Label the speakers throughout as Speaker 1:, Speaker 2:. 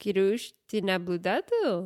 Speaker 1: Кируш, ты наблюдал?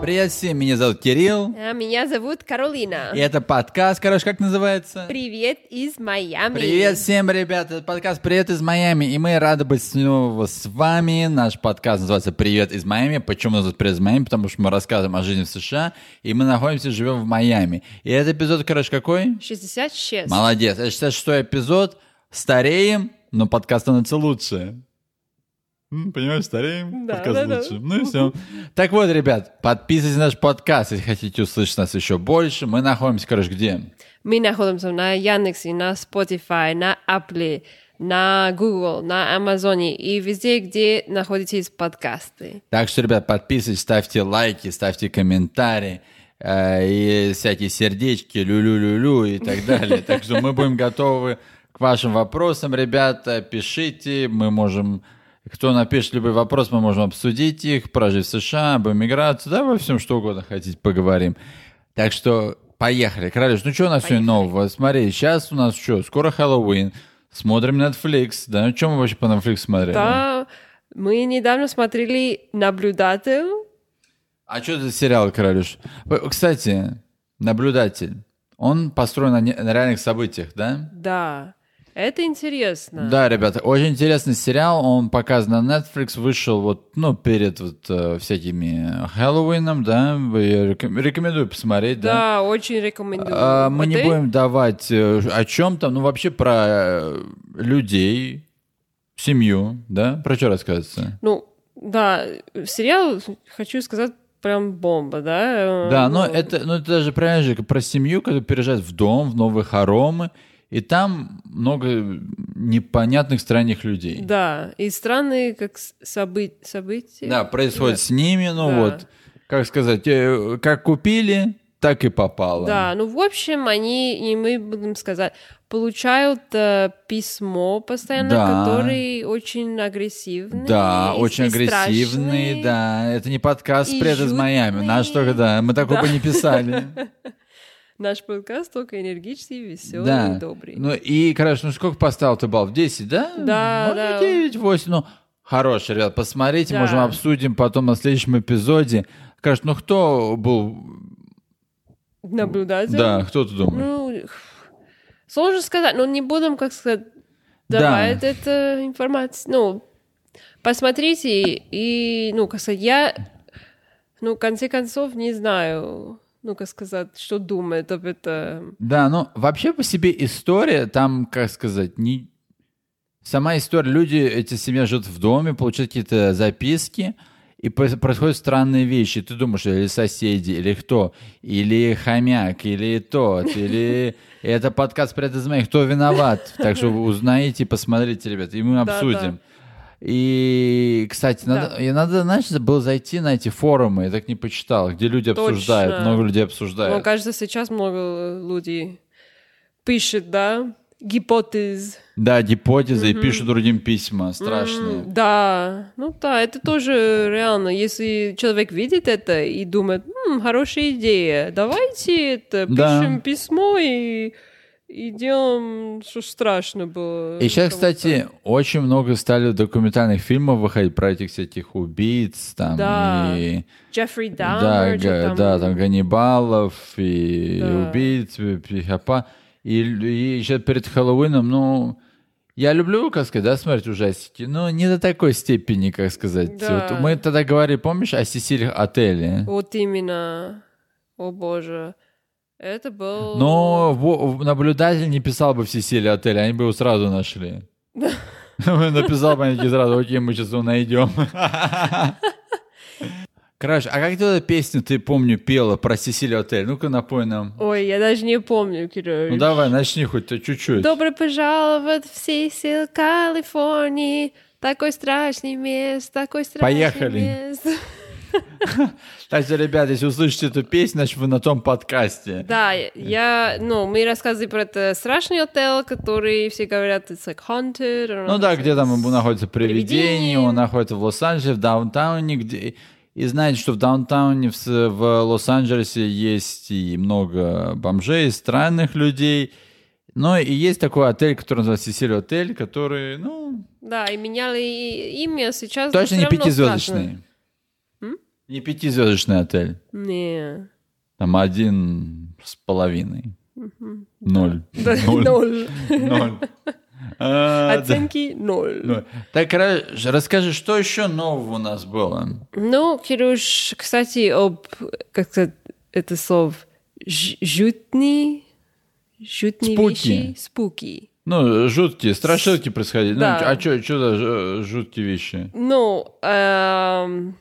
Speaker 2: Привет всем, меня зовут Кирилл.
Speaker 1: А меня зовут Каролина.
Speaker 2: И это подкаст, короче, как называется?
Speaker 1: Э, Привет из Майами.
Speaker 2: Привет всем, ребята, это подкаст «Привет из Майами», и мы рады быть снова с вами. Наш подкаст называется «Привет из Майами». Почему называется «Привет из Майами»? Потому что мы рассказываем о жизни в США, и мы находимся, живем в Майами. И этот эпизод, короче, какой?
Speaker 1: 66.
Speaker 2: Молодец, это 66 эпизод, стареем, но подкаст становится лучше. М, Понимаешь, стареем,
Speaker 1: Да,
Speaker 2: подкаст
Speaker 1: да, да.
Speaker 2: лучше. Ну и все. Так вот, ребят, подписывайтесь на наш подкаст, если хотите услышать нас еще больше. Мы находимся, короче, где?
Speaker 1: Мы находимся на Яндексе, на Spotify, на Apple, на Google, на Амазоне и везде, где находитесь подкасты.
Speaker 2: Так что, ребят, подписывайтесь, ставьте лайки, ставьте комментарии э, и всякие сердечки, лю-лю-лю-лю и так далее. Так что мы будем готовы к вашим вопросам, ребята, пишите, мы можем... Кто напишет любой вопрос, мы можем обсудить их, прожить в США, об эмиграции, да, во всем что угодно хотите, поговорим. Так что поехали. Королюш, ну что у нас сегодня нового? Смотри, сейчас у нас что, скоро Хэллоуин, смотрим Netflix, да, ну что мы вообще по Netflix смотрели?
Speaker 1: Да, мы недавно смотрели «Наблюдатель».
Speaker 2: А что за сериал «Королюш»? П- Кстати, «Наблюдатель», он построен на, не- на реальных событиях, да?
Speaker 1: Да, это интересно.
Speaker 2: Да, ребята, очень интересный сериал, он показан на Netflix, вышел вот, ну, перед вот э, всякими Хэллоуином, да, я реком- рекомендую посмотреть, да.
Speaker 1: Да, очень рекомендую.
Speaker 2: А, мы
Speaker 1: А
Speaker 2: не
Speaker 1: ты?
Speaker 2: будем давать э, о чем там, ну, вообще про э, людей, семью, да, про что рассказывается?
Speaker 1: Ну, да, сериал, хочу сказать, прям бомба, да? Э,
Speaker 2: Да, но
Speaker 1: ну,
Speaker 2: это, ну, это даже правильно же, про семью, когда переезжают в дом, в новые хоромы, и там много непонятных странных людей.
Speaker 1: Да, и странные как с- собы- события.
Speaker 2: Да, происходит с ними, ну
Speaker 1: Да.
Speaker 2: вот, как сказать, э, как купили, так и попало.
Speaker 1: Да, ну, в общем, они, и мы будем сказать, получают э, письмо постоянно,
Speaker 2: Да.
Speaker 1: которые очень агрессивные.
Speaker 2: Да,
Speaker 1: Ну, и-
Speaker 2: очень
Speaker 1: и
Speaker 2: агрессивные,
Speaker 1: страшные.
Speaker 2: да. Это не подкаст
Speaker 1: и
Speaker 2: «Привет из Майами». Наш
Speaker 1: жутные.
Speaker 2: только, да, мы такого
Speaker 1: Да.
Speaker 2: бы не писали.
Speaker 1: Наш подкаст только энергичный, веселый
Speaker 2: Да.
Speaker 1: и добрый.
Speaker 2: Ну и, короче, ну сколько поставил ты балл? 10, да?
Speaker 1: Да,
Speaker 2: Можно
Speaker 1: да.
Speaker 2: 9, 8, ну... Хороший, ребят, посмотрите,
Speaker 1: Да.
Speaker 2: можем обсудим потом на следующем эпизоде. Короче, ну кто был...
Speaker 1: Наблюдатель.
Speaker 2: Да, кто ты думаешь?
Speaker 1: Ну, х, сложно сказать, но не будем, как сказать,
Speaker 2: Да.
Speaker 1: давать это информацию. Ну, посмотрите и, ну, как сказать, я, ну, в конце концов, не знаю, ну, как сказать, что думает об этом.
Speaker 2: Да, ну вообще по себе история, там, как сказать, не... Сама история, люди, эти семья живут в доме, получают какие-то записки, и проис- происходят странные вещи. Ты думаешь, или соседи, или кто, или хомяк, или тот, или это подкаст «Привет из моих», кто виноват. Так что узнаете, посмотрите, ребят, и мы
Speaker 1: Да,
Speaker 2: обсудим. И, кстати, надо, и надо, знаешь, было зайти на эти форумы, я так не почитал, где люди
Speaker 1: Точно.
Speaker 2: обсуждают, много людей
Speaker 1: Но,
Speaker 2: обсуждают.
Speaker 1: кажется, сейчас много людей пишет, да, гипотез.
Speaker 2: Да, гипотезы и пишут другим письма страшные.
Speaker 1: М, Да, ну да, это тоже реально. Если человек видит это и думает, «М, хорошая идея, давайте это,
Speaker 2: Да.
Speaker 1: пишем письмо и, и делаем, что страшно было.
Speaker 2: И сейчас,
Speaker 1: кому-то».
Speaker 2: кстати, очень много стали документальных фильмов выходить про этих всяких убийц, там,
Speaker 1: Да.
Speaker 2: и...
Speaker 1: Джеффри Даммер,
Speaker 2: Да,
Speaker 1: чё
Speaker 2: га-
Speaker 1: там,
Speaker 2: да, там Ганнибалов, и
Speaker 1: Да.
Speaker 2: убийц, и психопа. И, лю- и еще перед Хэллоуином, ну, я люблю, как сказать, да, смотреть ужастики, но не до такой степени, как сказать.
Speaker 1: Да.
Speaker 2: Вот мы тогда говорили, помнишь, о Сесиле Отеле?
Speaker 1: Вот именно, о боже, это был...
Speaker 2: Но во- наблюдатель не писал бы все сели отель, они бы его сразу нашли. Он Написал бы они такие сразу, окей, мы сейчас его найдем. Короче, а как ты эту песню, ты, помню, пела про Сесилию Отель? Ну-ка, напой нам.
Speaker 1: Ой, я даже не помню, Кирилл.
Speaker 2: Ну давай, начни хоть то чуть-чуть.
Speaker 1: Добро пожаловать в Сесил, Калифорнии. Такой страшный мест, такой страшный
Speaker 2: Поехали.
Speaker 1: мест.
Speaker 2: Так что, ребят, если услышите эту песню, значит, вы на том подкасте.
Speaker 1: Да, я, ну, мы рассказывали про это страшный отель, который все говорят, it's like haunted. or
Speaker 2: Ну да,
Speaker 1: it's
Speaker 2: где там он находится привидение,
Speaker 1: Привидение.
Speaker 2: он находится в Лос-Анджелесе, в даунтауне, где... И знаете, что в даунтауне, в, С- в Лос-Анджелесе есть и много бомжей, странных людей. Но и есть такой отель, который называется Сесиль Отель, который, ну,
Speaker 1: Да, и меняли и- имя, сейчас
Speaker 2: точно
Speaker 1: Ну, всё
Speaker 2: не
Speaker 1: равно
Speaker 2: пятизвездочный.
Speaker 1: М?
Speaker 2: Не пятизвездочный отель.
Speaker 1: страшно. Не.
Speaker 2: Там один с половиной. Ноль.
Speaker 1: Да,
Speaker 2: Ноль.
Speaker 1: ноль.
Speaker 2: Ноль. А, да.
Speaker 1: Оценки ноль.
Speaker 2: Ну, Так ра- расскажи, что еще нового у нас было?
Speaker 1: Ну, Кирюш, кстати, об, как сказать, это слово, ж- жутные, жутные
Speaker 2: Спуки.
Speaker 1: вещи, спуки.
Speaker 2: Ну, жуткие, страшилки происходили.
Speaker 1: Да.
Speaker 2: Ну, а что за ж- жуткие вещи?
Speaker 1: Ну, эм,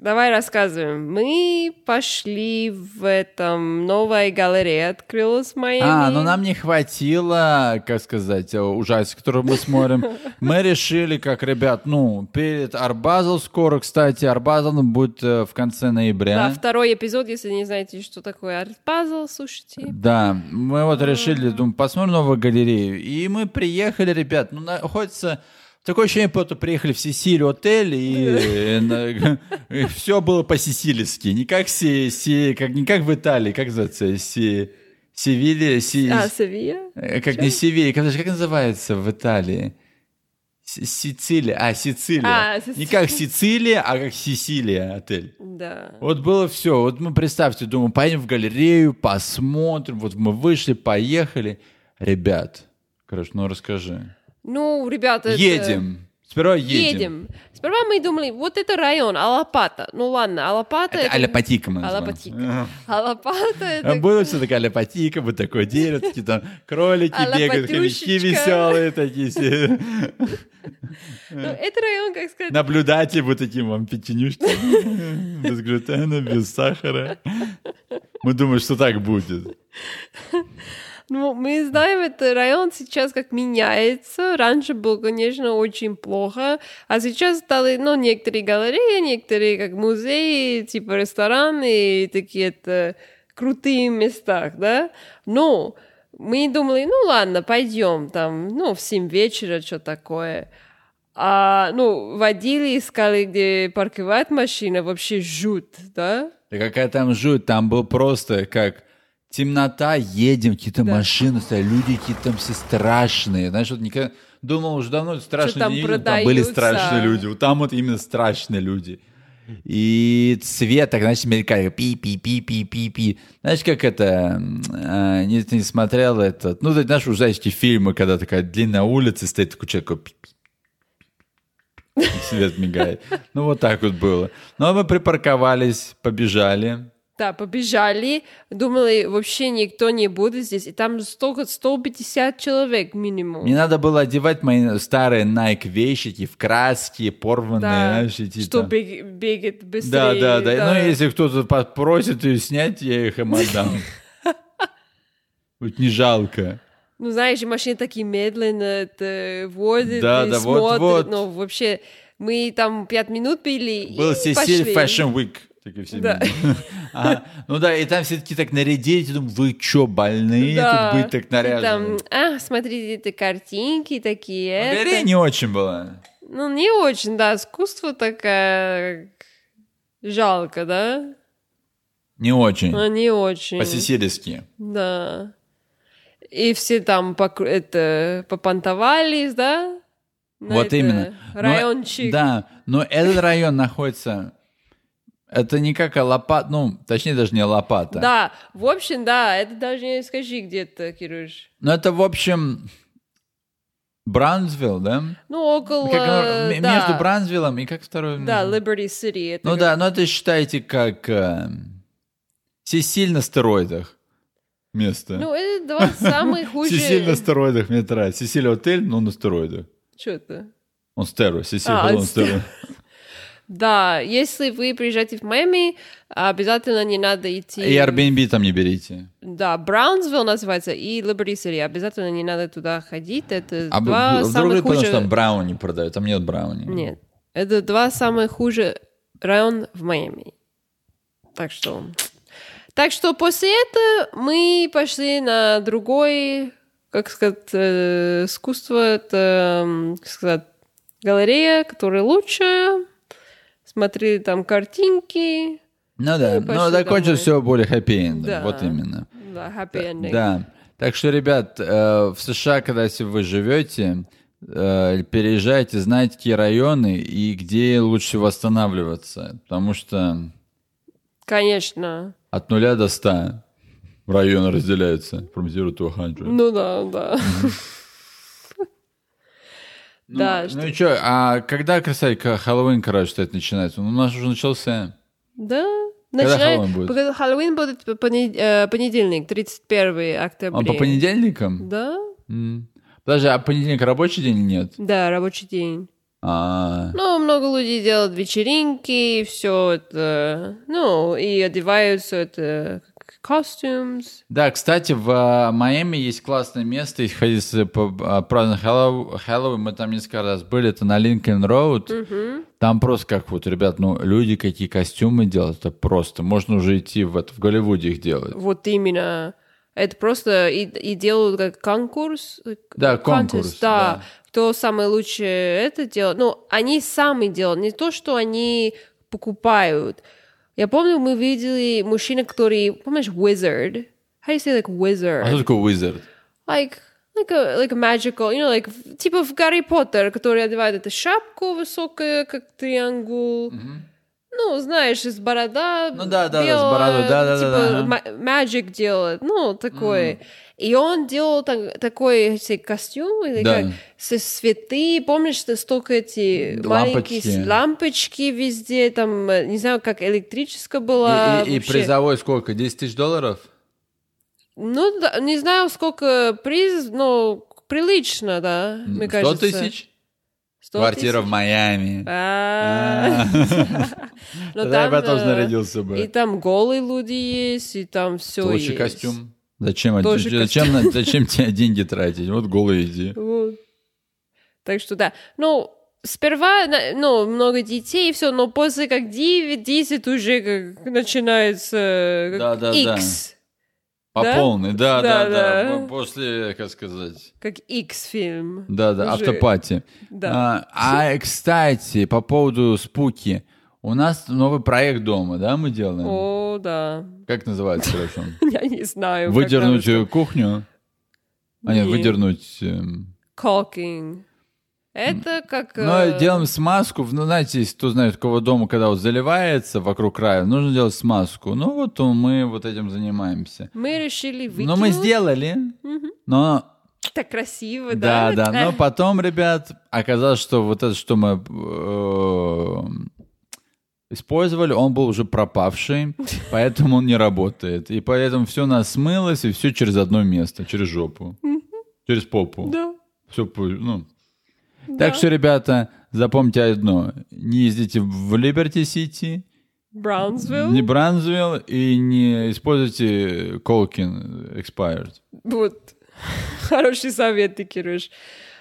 Speaker 1: давай рассказываем. Мы пошли в этом, новая галерея открылась в Майами.
Speaker 2: А, ну нам не хватило, как сказать, э, ужас, который мы смотрим. Мы решили, как, ребят, ну, перед Арбазл скоро, кстати, Арбазл будет э, в конце
Speaker 1: Да,
Speaker 2: ноября.
Speaker 1: второй эпизод, если не знаете, что такое арт-пазл, слушайте.
Speaker 2: Да, мы вот решили, думаем, посмотрим новую галерею. И мы приехали, ребят, ну, находится... Такое ощущение, будто приехали в Сесиль отель, и все было по-сесилиски. Не как, си- си- как, не как в Италии, как называется, си, Севилья, си-
Speaker 1: А, Севилья?
Speaker 2: э, как не Севилья, как, как называется в Италии? С- Сицилия, а, Сицилия.
Speaker 1: А, Сицилия.
Speaker 2: не как Сицилия, а как Сесилия отель.
Speaker 1: Да.
Speaker 2: Вот было все. Вот мы представьте, думаю, поедем в галерею, посмотрим. Вот мы вышли, поехали. Ребят, короче, ну расскажи.
Speaker 1: Ну, ребята... это-
Speaker 2: Едем. Сперва едем.
Speaker 1: Едем. Сперва мы думали, вот это район, Алапата. Ну ладно, Алапата...
Speaker 2: Это аляпатика мы называем.
Speaker 1: Алапатика. Алапата
Speaker 2: А
Speaker 1: это...
Speaker 2: было все такая аляпатика, вот такое дерево, такие там кролики
Speaker 1: Аля
Speaker 2: бегают, хомячки
Speaker 1: Патрюшечка.
Speaker 2: веселые такие, все.
Speaker 1: Ну, это район, как сказать...
Speaker 2: наблюдатели вот таким вам печенюшки, без глютена, без сахара. Мы думаем, что так будет.
Speaker 1: Ну, мы знаем, этот район сейчас как меняется. Раньше было, конечно, очень плохо, а сейчас стали, ну, некоторые галереи, некоторые как музеи, типа рестораны, и такие это крутые места, да? Но мы думали, ну ладно, пойдем там, ну, в 7 вечера, что такое. А, ну, водили, искали, где парковать машина, вообще жут, да?
Speaker 2: Да какая там жуть, там был просто как темнота, едем, какие-то
Speaker 1: Да.
Speaker 2: машины, стоят, люди какие-то там все страшные. Знаешь, вот никогда... Думал, уже давно страшные
Speaker 1: там
Speaker 2: не видел, там были
Speaker 1: продаются.
Speaker 2: страшные люди. Вот там вот именно страшные люди. И цвет, так, знаешь, мелькает, пи-пи-пи-пи-пи-пи. Знаешь, как это, м, а, не, ты не смотрел этот, ну, ты знаешь, у зайчики фильмы, когда такая длинная улица, стоит такой человек, такой пи-пи, и свет мигает. Ну, вот так вот было. Но мы припарковались, побежали.
Speaker 1: Да, побежали, думали, вообще никто не будет здесь, и там столько, 150 человек минимум.
Speaker 2: Мне надо было одевать мои старые Nike вещики в краски, порванные,
Speaker 1: да,
Speaker 2: знаешь, эти
Speaker 1: что
Speaker 2: там.
Speaker 1: бег- бегает быстрее.
Speaker 2: типа. Да, да, да, Ну, если кто-то попросит ее снять, я их им отдам. Вот не жалко.
Speaker 1: Ну, знаешь, и машины такие медленно это водят
Speaker 2: Да,
Speaker 1: и
Speaker 2: да, вот,
Speaker 1: смотрят,
Speaker 2: вот.
Speaker 1: ну, вообще, мы там пять минут пили
Speaker 2: Был
Speaker 1: и
Speaker 2: Сесиль
Speaker 1: пошли.
Speaker 2: Fashion Week. Такие все
Speaker 1: Да.
Speaker 2: были. А, ну да, и там все-таки так нарядились, я думаю, вы чё, больные
Speaker 1: Да.
Speaker 2: тут быть так
Speaker 1: И там,
Speaker 2: наряжены?
Speaker 1: а, смотрите, это картинки такие. это».
Speaker 2: Галерея не очень была.
Speaker 1: Ну, не очень, да, искусство такое как, жалко, да?
Speaker 2: Не очень.
Speaker 1: Ну, не очень.
Speaker 2: По-сесильски.
Speaker 1: Да. И все там покру- это, попонтовались, да? На
Speaker 2: Вот
Speaker 1: Ну, это
Speaker 2: именно. Но-
Speaker 1: Райончик.
Speaker 2: да, но этот район находится... Это не как лопата, ну, точнее даже не лопата.
Speaker 1: Да, в общем, да, это даже не скажи где-то, Кирюш.
Speaker 2: Но это, в общем, Бранзвилл, да?
Speaker 1: Ну, около...
Speaker 2: Как, э, м-
Speaker 1: да.
Speaker 2: Между Бранзвиллом и как второй?
Speaker 1: Да, Liberty City. это
Speaker 2: Ну
Speaker 1: как-
Speaker 2: да, но это считайте как э, Сесиль на стероидах место.
Speaker 1: Ну, это два самых
Speaker 2: Сесиль на
Speaker 1: хуже...
Speaker 2: стероидах мне это нравится. Сесиль отель, но на стероидах.
Speaker 1: Что то
Speaker 2: Он стеро, Сесиль
Speaker 1: А,
Speaker 2: был
Speaker 1: он
Speaker 2: он стеро.
Speaker 1: Да, если вы приезжаете в Майами, обязательно не надо идти...
Speaker 2: И Airbnb там не берите.
Speaker 1: Да, Браунсвилл называется, и Liberty City. Обязательно не надо туда ходить. Это
Speaker 2: А б-
Speaker 1: два
Speaker 2: вдруг
Speaker 1: самых
Speaker 2: вы, потому
Speaker 1: хуже...
Speaker 2: что там брауни продают, там нет брауни.
Speaker 1: Нет. Это два Ну. самых хуже район в Майами. Так что... Так что после этого мы пошли на другой, как сказать, э, искусство, это, м, как сказать, галерея, которая лучше. Смотрели там картинки.
Speaker 2: Ну да,
Speaker 1: пошли
Speaker 2: но закончилось
Speaker 1: домой.
Speaker 2: все более happy
Speaker 1: Да.
Speaker 2: вот именно.
Speaker 1: Да, happy ending.
Speaker 2: Да. Так что, ребят, э, в США, когда если вы живете, э, переезжайте, знайте, какие районы и где лучше всего останавливаться. Потому что
Speaker 1: Конечно.
Speaker 2: от нуля до ста районы разделяются. From zero to 100.
Speaker 1: Ну да, да.
Speaker 2: Ну,
Speaker 1: Да,
Speaker 2: ну
Speaker 1: что-
Speaker 2: и что, а когда, красавик, Хэллоуин, короче, это начинается? Ну, у нас уже начался.
Speaker 1: Да.
Speaker 2: Когда
Speaker 1: Начинает-
Speaker 2: Хэллоуин будет?
Speaker 1: Погоди, Хэллоуин будет по пони- э, понедельник, 31 октября.
Speaker 2: Он по понедельникам?
Speaker 1: Да,
Speaker 2: М. Подожди, а понедельник рабочий день или нет?
Speaker 1: да, рабочий день.
Speaker 2: А,
Speaker 1: Ну, много людей делают вечеринки, все это, ну, и одеваются это костюмы.
Speaker 2: Да, кстати, в а, Майами есть классное место, если хотите по- а, праздновать Хэллоу- Хэллоуин, мы там несколько раз были, это на Линкольн Роуд, там просто как вот, ребят, ну, люди какие костюмы делают, это просто, можно уже идти в это, в Голливуде их делают.
Speaker 1: Вот именно. Это просто и, и делают как конкурс. э,
Speaker 2: Да,
Speaker 1: contest,
Speaker 2: конкурс,
Speaker 1: да.
Speaker 2: да.
Speaker 1: Кто самый лучше это делает. Ну, они сами делают, не то, что они покупают. Я помню, мы видели мужчину, который, помнишь, wizard? How do you say like wizard?
Speaker 2: А что такое Wizard?
Speaker 1: like like a like a magical, you know, like в- типа в Гарри Поттер, который одевает эту шапку высокую, как треугл. Ну, знаешь, из борода.
Speaker 2: Ну да, да, да, с
Speaker 1: белого,
Speaker 2: бородой, да, да, да, да,
Speaker 1: Типа
Speaker 2: ага.
Speaker 1: ма- magic делает, ну, такой. И он делал так- такой эти костюм, или
Speaker 2: Да.
Speaker 1: как, со цветы, помнишь, что столько эти
Speaker 2: Лампочки.
Speaker 1: маленькие с- лампочки везде, там, э, не знаю, как электрическое было.
Speaker 2: И- и-
Speaker 1: а,
Speaker 2: и
Speaker 1: вообще.
Speaker 2: призовой сколько, 10 тысяч долларов?
Speaker 1: Ну, да, не знаю, сколько приз, но прилично, да, мне
Speaker 2: 100
Speaker 1: кажется.
Speaker 2: тысяч?
Speaker 1: 100
Speaker 2: Квартира в
Speaker 1: тысяч?
Speaker 2: Майами.
Speaker 1: А. Но
Speaker 2: Тогда я
Speaker 1: там,
Speaker 2: бы тоже
Speaker 1: э,
Speaker 2: нарядился
Speaker 1: И
Speaker 2: бы.
Speaker 1: там голые люди есть, и там все
Speaker 2: Лучший костюм. Зачем, один-
Speaker 1: Тоже
Speaker 2: зачем, на- зачем тебе деньги тратить? Вот голый иди.
Speaker 1: Вот. Так что да. Ну, сперва, на- ну, много детей и все, но после как 9-10 уже как начинается как
Speaker 2: Да-да-да.
Speaker 1: X.
Speaker 2: По
Speaker 1: Да?
Speaker 2: полной, А да, да,
Speaker 1: Да,
Speaker 2: да.
Speaker 1: да.
Speaker 2: По- После, как сказать,
Speaker 1: Как X фильм.
Speaker 2: да, да,
Speaker 1: Уже.
Speaker 2: автопати.
Speaker 1: Да.
Speaker 2: А, а, кстати, по поводу спуки. У нас новый проект дома, да, мы делаем?
Speaker 1: О, да.
Speaker 2: Как называется, короче? он?
Speaker 1: Я не знаю. как
Speaker 2: Выдернуть
Speaker 1: на
Speaker 2: э, кухню? А нет,
Speaker 1: Не.
Speaker 2: выдернуть... эм,
Speaker 1: Caulking. Это как...
Speaker 2: Но
Speaker 1: э,
Speaker 2: делаем смазку, ну, знаете, если кто знает, у кого дома, когда вот заливается вокруг края, нужно делать смазку. Ну, вот он, мы вот этим занимаемся.
Speaker 1: Мы решили выкинуть.
Speaker 2: Но мы сделали, но...
Speaker 1: Так красиво,
Speaker 2: Да,
Speaker 1: да?
Speaker 2: да, но потом, ребят, оказалось, что вот это, что мы э, использовали, он был уже пропавший, поэтому он не работает. И поэтому все нас смылось, и все через одно место, через жопу, через попу.
Speaker 1: Да.
Speaker 2: Всё по- ну.
Speaker 1: Да.
Speaker 2: Так что, ребята, запомните одно. Не ездите в Либерти-Сити,
Speaker 1: Браунсвилл.
Speaker 2: не Бранзвилл и не используйте Колкин Expired.
Speaker 1: Вот. Хороший совет ты, Кирюш.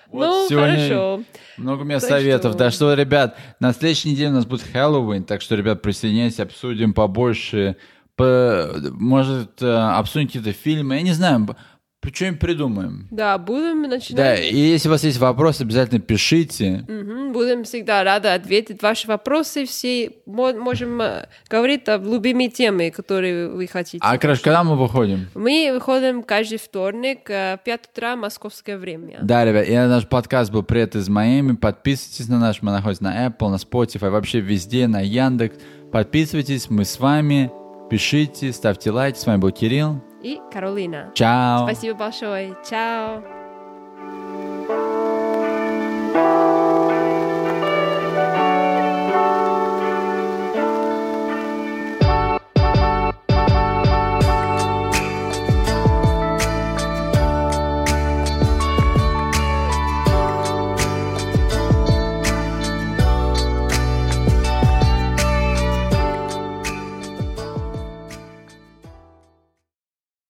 Speaker 2: Вот
Speaker 1: ну,
Speaker 2: сегодня-
Speaker 1: хорошо.
Speaker 2: Много у меня
Speaker 1: Так
Speaker 2: советов.
Speaker 1: что-
Speaker 2: Так что, ребят, на следующей неделе у нас будет Хэллоуин, так что, ребят, присоединяйтесь, обсудим побольше. По- Может, э, обсудим какие-то фильмы. Я не знаю, что-нибудь придумаем.
Speaker 1: Да, будем
Speaker 2: Да,
Speaker 1: начинать.
Speaker 2: и если у вас есть вопросы, обязательно пишите.
Speaker 1: Мгм, Будем всегда рады ответить ваши вопросы. Все Мо- можем э, говорить об любимой теме, которые вы хотите.
Speaker 2: А, короче, когда мы выходим?
Speaker 1: Мы выходим каждый вторник э, в 5 утра московское время.
Speaker 2: Да, ребят, и наш подкаст был «Привет из Майами». Подписывайтесь на наш, мы находимся на Apple, на Spotify, вообще везде, на Яндекс. Подписывайтесь, мы с вами. Пишите, ставьте лайки. С вами был Кирилл.
Speaker 1: И Каролина.
Speaker 2: Чао.
Speaker 1: Спасибо большое. Чао.